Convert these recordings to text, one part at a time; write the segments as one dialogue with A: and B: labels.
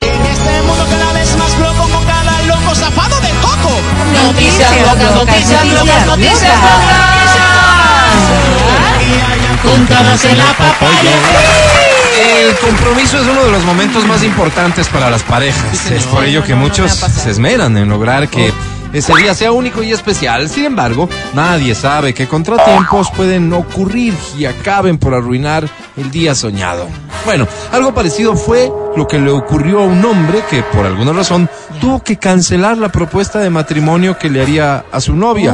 A: este noticias, locas noticias, locas noticias, locas. Juntadas en la papaya.
B: El compromiso es uno de los momentos más importantes para las parejas. es por ello que muchos se esmeran en lograr que ese día sea único y especial. Sin embargo, nadie sabe qué contratiempos pueden ocurrir y acaben por arruinar el día soñado. Bueno, algo parecido fue lo que le ocurrió a un hombre que por alguna razón tuvo que cancelar la propuesta de matrimonio que le haría a su novia.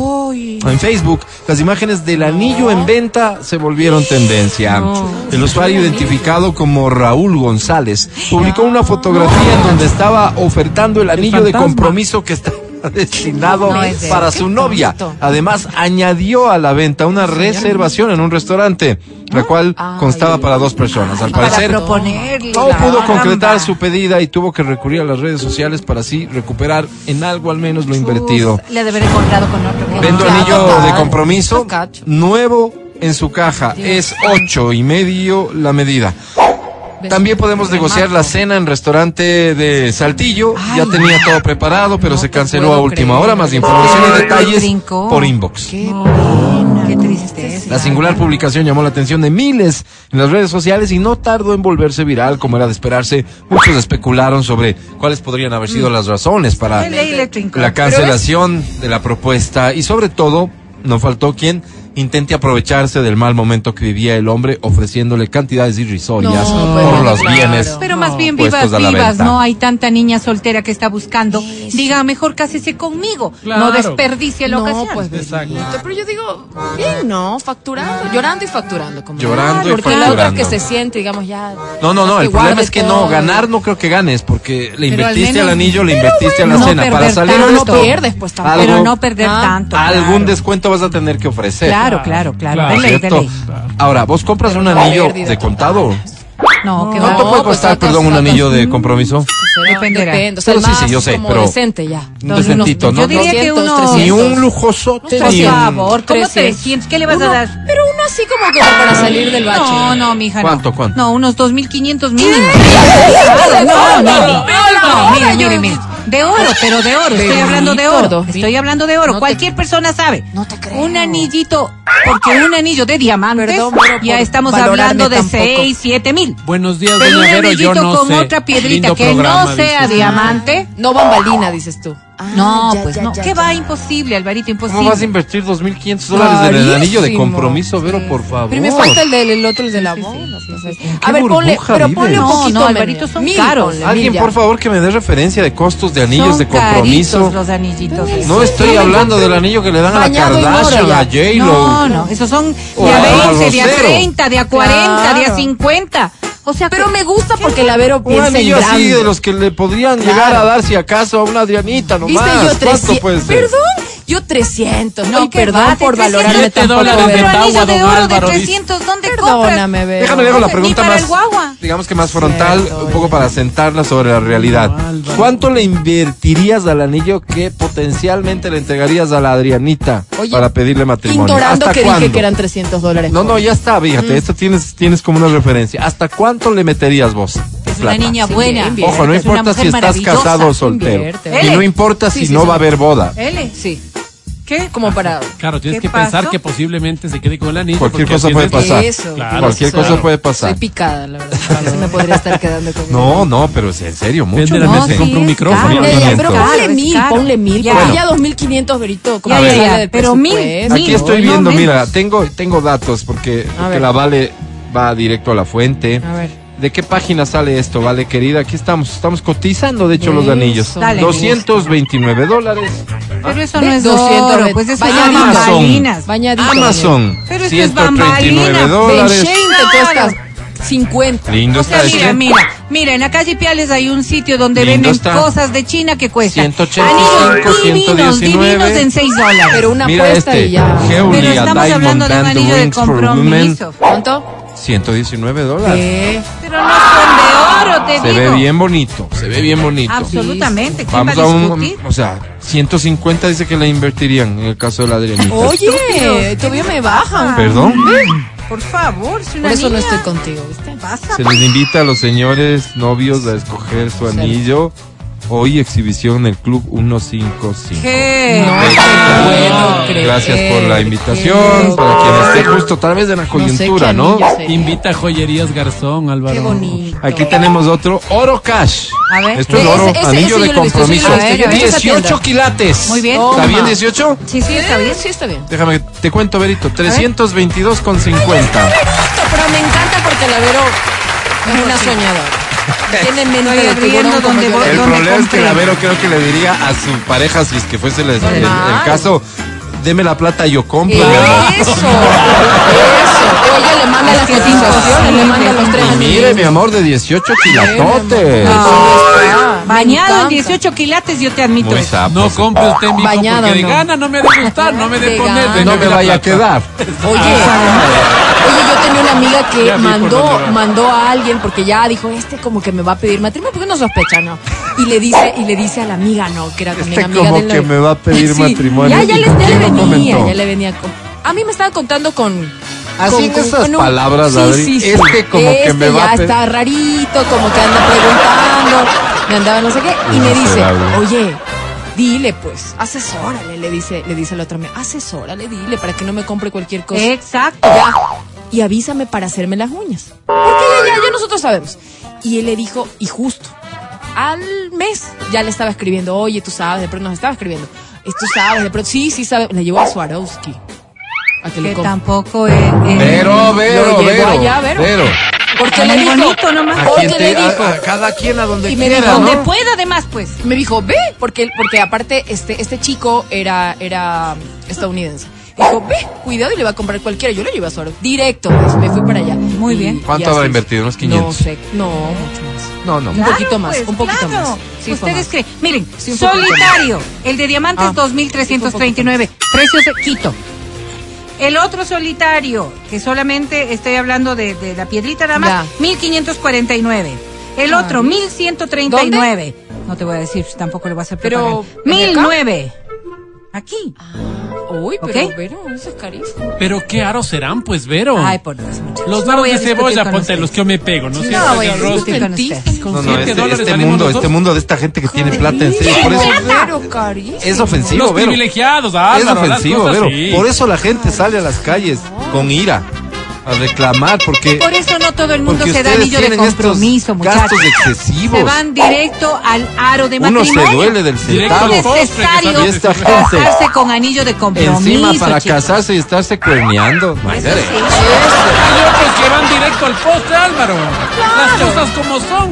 B: En Facebook, las imágenes del anillo en venta se volvieron tendencia. El usuario identificado como Raúl González publicó una fotografía en donde estaba ofertando el anillo de compromiso que está destinado
C: No, es de-
B: para su novia. Además, añadió a la venta una reservación en un restaurante, la cual constaba para dos personas. Al
C: Ah, Para
B: parecer,
C: proponerle.
B: no
C: la
B: pudo
C: caramba.
B: concretar su pedida y tuvo que recurrir a las redes sociales para así recuperar en algo al menos lo invertido.
C: Uf, Le deberé comprado con otro. que
B: Vendo
C: no.
B: anillo
C: Total.
B: de compromiso
C: Cacho.
B: nuevo en su caja. Es ocho y medio la medida. También podemos negociar la cena en restaurante de Saltillo. Ya tenía todo preparado, pero se canceló a última hora. Más información y
C: Ay,
B: detalles
C: brincó.
B: por inbox.
C: Qué pena. Qué tristeza.
B: La singular publicación llamó la atención de miles en las redes sociales y no tardó en volverse viral como era de esperarse. Muchos especularon sobre cuáles podrían haber sido las razones para
C: Mm. Le- le- le trincó.
B: la cancelación de la propuesta y sobre todo no faltó quien intente aprovecharse del mal momento que vivía el hombre ofreciéndole cantidades irrisorias
C: No,
B: por
C: bueno,
B: los
C: claro.
B: bienes.
D: Pero más bien
B: Puestos
D: vivas,
B: a la
D: vivas,
B: venta.
D: ¿no? Hay tanta niña soltera que está buscando. Diga, mejor cásese conmigo.
E: Claro.
D: No desperdicie la ocasión.
C: pues
E: Exacto.
C: Pero yo digo, bien, ¿no? Facturando, llorando y facturando. Como
B: Llorando
C: Ah,
B: y
C: porque la otra
B: facturando.
C: que se siente, digamos, ya.
B: No, no, no, el problema
C: guarde
B: es que no,
C: todo.
B: ganar no creo que ganes, porque le
D: Pero al
B: invertiste al
D: menos-
B: anillo, le
D: pero
B: invertiste a la
D: bueno, no
B: cena, para
D: perder
B: salir
D: tanto.
B: de
C: No
B: esto,
C: pierdes, pues, tampoco.
B: algo-
D: Pero no perder
C: Ah,
D: tanto.
B: Algún
D: claro.
B: descuento vas a tener que ofrecer.
D: Claro, claro, claro.
E: Claro,
D: Dele,
B: ¿cierto?
D: dele.
B: Ahora, vos compras un
C: Pero
B: anillo
C: pérdida
B: de contado.
D: No, que va.
B: ¿Cuánto
C: No,
B: puede
C: pues,
B: costar,
C: sacas-
B: perdón, un
C: sacas-
B: anillo de compromiso?
D: Mm. Dependerá.
C: Depende. O sea, el
B: Pero sí, sí,
C: más
B: yo sé,
C: como
B: pero-
C: decente ya.
B: Un decentito, ¿no?
D: Yo diría que
C: 200,
D: unos-
C: 300.
B: Ni un lujosote,
C: Por
B: ni un...
C: favor,
D: ¿Cómo
C: 300?
D: 300? ¿Qué le vas a
C: Uno-
D: dar?
C: Pero uno así como que para salir del bache.
D: No, no, mija. no.
B: ¿Cuánto, cuánto?
D: No, unos 2.500 mínimo. Claro, No, no, no. No, mire, mire, mire. De oro, pero de oro. Estoy hablando de oro.
C: Bendito.
D: Estoy hablando de
C: No
D: oro.
C: te-
D: Cualquier persona sabe.
C: No te creo.
D: Un anillito, porque un anillo de diamantes,
C: Perdón, pero por
D: ya estamos
C: valorarme
D: hablando de
C: tampoco.
D: 6, 7 mil.
E: Buenos días,
D: Pero un
E: doña Vero,
D: anillito
E: yo no
D: con
E: sé.
D: otra piedrita
E: Lindo
D: que
E: programa,
D: no sea
E: dices.
D: diamante.
C: No bambalina, dices tú.
D: No, pues no. ¿Qué va? Imposible, Alvarito, imposible.
B: ¿Cómo vas a invertir 2.500 dólares en el anillo de
C: Carísimo.
B: compromiso, Vero, por favor?
C: Pero me falta el del el otro, el de la bola. pues, ahí.
B: ¿Qué
C: A ver, ponle,
B: burbuja
C: pero
B: vives?
C: ponle un
D: No,
C: poquito.
D: no,
C: Mel.
D: Alvarito, son
C: Mil,
D: caros.
C: ponle, mil
B: Alguien,
C: ya.
B: por favor, que me dé referencia de costos de anillos
D: Son
B: de compromiso.
D: caritos los anillitos.
B: No estoy hablando del anillo que le dan a la
C: Bañado en oro
B: Kardashian,
C: ya.
B: a J-Lo.
D: No, no, esos son
B: O
D: de a
B: a
D: 20, de a
B: Rosero.
D: 30, de a 40, de
C: Claro.
D: a 50. O sea,
C: Pero
D: que-
C: me gusta porque la Vero
B: Un
C: piensa en
B: anillo así de
C: grande.
B: los que le podrían llegar a dar, si acaso, a una Adrianita nomás.
C: Viste, yo
B: ¿Cuánto puede
C: 300.
B: ser?
C: Perdón, yo 300. No,
D: No, que
C: perdón
D: va,
C: por
D: de 300
C: valorarme
E: siete
C: tampoco.
E: dólares de
D: Pero
C: Vero.
E: tal.
D: anillo
E: Betagua,
D: de
E: don
D: oro de
E: Álvaro, dice.
D: 300, ¿dónde compras?
C: Perdóname, Vero.
B: Déjame le hago la
D: Ni
B: pregunta
D: para
B: más.
D: el guagua.
B: Digamos que más frontal, un
E: eh.
B: poco para sentarla sobre la realidad. ¿Cuánto le invertirías al anillo que potencialmente le entregarías a la Adrianita
C: Oye,
B: para pedirle matrimonio?
C: Ignorando
B: ¿Hasta
C: que
B: cuándo?
C: dije que eran 300 dólares.
B: No, no, ya está, fíjate, esto tienes, tienes como una referencia. ¿Hasta cuánto le meterías vos? de
D: Es una
B: plata?
D: niña
C: Sí,
D: buena.
C: bien, bien.
B: Ojo, no
D: es una
B: importa
D: mujer
B: si estás
D: maravillosa.
B: casado o soltero.
C: Invierte.
B: Y no
D: Ele.
B: importa
C: Sí,
B: si
C: sí,
B: no
C: sí.
B: va a haber boda.
D: L.
C: Sí.
D: ¿Qué?
C: Como para.
E: Claro, tienes
D: ¿Qué
E: que pensar
D: pasó?
E: que posiblemente se quede con el anillo.
B: Cualquier
E: porque
B: cosa puede
E: piensas-
B: pasar.
C: Eso.
E: Claro,
B: Cualquier
E: claro.
B: cosa puede
C: Estoy
B: pasar.
C: picada, la verdad. No me podría estar quedando con
B: No, no, pero es en serio, mucho.
E: Vende la
B: ¿no?
E: mesa y
B: Sí.
E: compra un
D: es
E: micrófono.
D: caro.
C: Ya, ya,
B: Claro,
C: pero
B: es
C: ponle
D: caro.
C: mil, ponle mil.
D: Ya.
C: Porque ya 2500, Verito. Como
D: Ya,
C: que
D: ya,
C: sale
D: ya,
C: del
D: pero mil,
C: presupuesto.
B: Aquí
D: Mil,
B: estoy
D: no,
B: viendo,
D: menos.
B: mira, tengo, tengo datos porque, porque
C: ver.
B: la Vale va directo a la fuente.
C: A ver.
B: ¿De qué página sale esto, Vale, querida? Aquí estamos, estamos cotizando, de hecho, los
C: Eso.
B: anillos.
D: Dale.
B: 229 dólares.
D: Pero eso no es
C: 200
D: oro, pues es
C: Vaya
D: una
B: Amazon.
D: bambalina.
C: Bañadito.
B: Amazon,
D: Pero esto es
B: 139
D: bambalina.
B: dólares.
C: Shane te
D: Claro.
C: cuesta 50.
B: Lindo
D: O sea,
B: está
D: mira,
B: este.
D: mira, mira, en la calle Piales hay un sitio donde
B: Lindo
D: venden
B: está.
D: cosas de China que cuestan.
B: 185,
D: anillos divinos,
B: 119.
D: divinos en 6 dólares.
C: Pero una
B: Mira
C: apuesta
B: este,
C: y ya.
B: Heuli,
D: Pero
B: a
D: estamos
B: Diamond
D: hablando de un
B: and the
D: anillo de
B: Rings for Women,
D: compromiso.
C: ¿Cuánto? Eh,
B: 119 dólares.
C: ¿Qué?
D: Pero no son de oro, te
B: Se
D: digo.
B: ve bien bonito, se ve bien bonito.
D: Absolutamente. ¿Quién
B: Vamos
D: Ah, va
B: a
D: a
B: un,
D: discutir?
B: o sea, 150 dice que la invertirían en el caso de la Adrianita.
C: Oye, todavía me bajan.
B: Perdón,
D: Por favor, si una
C: Por eso no
D: niña
C: estoy contigo, ¿viste?
D: pasa.
B: se les invita a los señores novios a escoger su anillo Hoy exhibición en el Club 155.
D: ¿Qué? No,
B: Ahí está.
D: puedo creer.
B: Gracias por la invitación, para quien esté justo, tal vez de la coyuntura, ¿no?
A: anillo será.
E: Invita a Joyerías Garzón, Álvaro.
C: Qué bonito.
B: Aquí tenemos otro oro cash.
D: A ver.
B: Esto es
C: Ese-
B: oro,
C: ese-
B: anillo
C: ese
B: de
C: yo lo he visto, ese
D: yo
B: compromiso.
D: lo he visto. A ver, a ver, esa
B: 18
D: tienda.
B: quilates.
D: Muy bien.
B: ¿Está
D: Toma.
B: bien 18?
D: Sí, sí, está bien.
C: Sí, está bien.
B: Déjame, te cuento, Berito. 322,50.
C: Esto, pero me encanta porque la Vero es una soñadora. Tiene
D: Estoy
C: mente de tiburón
D: abriendo
C: como
D: donde
C: yo.
D: voy.
B: El
D: ¿Dónde
B: problema es que
D: compré?
B: la Vero creo que le diría a su pareja, si es que fuese el,
C: Pues
B: el- el
C: Normal.
B: caso, deme la plata, yo compro. mi amor.
C: Eso, eso. Ella le manda las
D: que es
C: cotizaciones, le
D: imposible.
C: manda los tres
B: Y mire,
C: anillos.
B: mi amor, de 18 quilatotes.
C: Ah,
D: Bañado en
C: me encanta.
D: 18 quilates, yo te admito.
B: Muy
D: eso.
B: sapo.
E: No compre usted mi
C: Bañado,
E: porque de
C: no.
E: gana no me de gustar, no me
C: De
E: de poner.
C: gana.
E: de
B: no me
E: la
B: vaya a
E: plata.
B: quedar.
C: Oye, oye, yo tenía una amiga que
E: Ah. Ya vi por
C: mandó,
E: dónde va.
C: mandó a alguien porque ya dijo, este como que me va a pedir matrimonio, porque no sospecha, ¿no? Y le dice, y le dice a la amiga, no, que era también
B: Este
C: amiga
B: como
C: de la-
B: que me va a pedir
C: Sí,
B: matrimonio.
C: Ya, ya
B: ¿Y
C: le,
B: con
C: ya
B: quién
C: le
B: lo
C: venía,
B: comentó?
C: ya le venía. con- a mí me estaba contando con...
B: Así en esas
C: un-
B: palabras, Adri, este como que
C: Este
B: me va a
C: ya
B: pe-
C: está rarito, como que anda preguntando, me andaba no sé qué, y me dice,
B: Miserable.
C: oye, dile pues, asesórale, le dice, le dice a la otra amiga, asesórale, dile, para que no me compre cualquier
E: Eh,
C: cosa.
D: Exacto.
C: Ya. Y avísame para hacerme las uñas. Porque ya, ya, ya nosotros sabemos. Y él le dijo, y justo, al mes ya le estaba escribiendo, oye, tú sabes, de pronto nos estaba escribiendo. "Eh, Tú sabes, de pronto, sí, sí sabes. Le llevó a Swarovski. A que le
D: Que
C: compre.
D: tampoco es. es-
B: Vero,
C: Lo
B: Vero,
C: llevó
B: Vero.
C: allá, Vero.
B: Vero.
C: Porque le
D: Muy
C: dijo,
D: bonito nomás.
B: A,
C: porque
B: quien
C: le
B: te- a-
C: dijo,
B: a cada quien a donde
C: Y me
B: quiera,
C: dijo,
B: ¿no?
D: Donde pueda, además, pues.
C: me dijo, ve, porque, porque aparte este, este chico era, era um, estadounidense. Dijo, ve, cuidado y le va a comprar cualquiera. Yo le llevé a Swarovski. Directo, pues, me fui para allá.
D: Muy
C: Y-
D: bien.
C: y
B: ¿Cuánto
C: así
B: habrá
C: es.
B: invertido? ¿Unos 500?
C: No sé, no, mucho más.
B: No, no.
C: Un poquito más,
D: pues,
C: un poquito
D: claro.
C: más. Sí, fue
D: Ustedes
C: más.
D: creen. Miren,
C: Sí, un poquito
D: solitario. El de diamantes
C: Ah,
D: 2339. Precios de Quito. El otro solitario, que solamente estoy hablando de, de la piedrita nada más,
C: Ya. Ah.
D: 1549. El otro, 1139. No te voy a decir, tampoco lo voy a hacer
C: Pero,
D: propagar.
C: ¿de acá?
D: 1009. Aquí.
C: Uy, pero
D: ¿Ok?
C: Vero, eso es carísimo.
E: Pero qué aros serán, pues,
C: Oh.
E: Vero.
D: Ay, por Dios, muchachos.
E: los
D: no
E: aros
D: voy a
E: de
D: discutir
E: cebolla,
D: con
E: ponte los
D: ustedes.
E: que yo me pego, ¿no?
D: No voy a
E: Arroz
D: discutir con
C: Dentista.
D: ustedes.
E: con
B: No, no,
E: siete
B: este,
E: dólares
B: este
E: salimos
B: mundo,
E: nosotros.
B: este mundo de esta gente que tiene plata en serio, por eso
C: Vero, carísimo.
B: es ofensivo,
E: Los
B: Vero.
E: privilegiados,
B: Es
E: Álvaro, las
B: ofensivo,
E: cosas
B: Vero.
E: sí.
B: Por eso la gente sale a las calles con ira a reclamar porque
D: Por eso no todo el mundo
B: porque
D: se da
B: ustedes
D: anillo de
B: tienen estos
D: compromiso, muchachos.
B: gastos excesivos.
D: Se van directo al aro de
B: Uno
D: matrimonio.
B: se duele del
E: Directo al
B: centavo.
D: Es
E: postre, que
D: necesario
E: también
B: Y esta
E: se-
B: gente
D: casarse con anillo de compromiso.
B: encima para
D: chicos.
B: casarse y estarse cuerneando. No hay
D: Eso
B: derecho.
D: sí.
E: Hay otros que van directo al postre, Álvaro. Las cosas como son.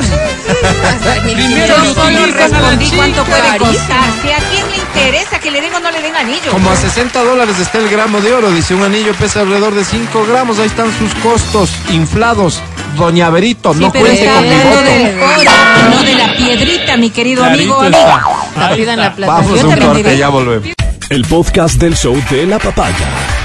E: Primero
D: Yo
E: le
D: solo
E: utilizan a la
D: respondí cuánto
E: chica.
D: puede costar. Si a quién le interesa que le den o no le den anillo.
B: Como a 60 dólares está el gramo de oro, dice un anillo pesa alrededor de 5 gramos, ahí están sus costos inflados. Doña Berito,
D: Sí,
B: no
D: pero
B: cuente
D: está
B: con mi
D: hablando
B: voto.
D: del oro, no de la piedrita, mi querido amigo.
E: Clarito
D: amiga.
E: está. Ahí
C: Pidan
E: está.
C: la plata.
B: Vamos
D: Yo
B: a un
D: también
B: corte,
D: diré.
B: ya volvemos.
F: El podcast del show de la papaya.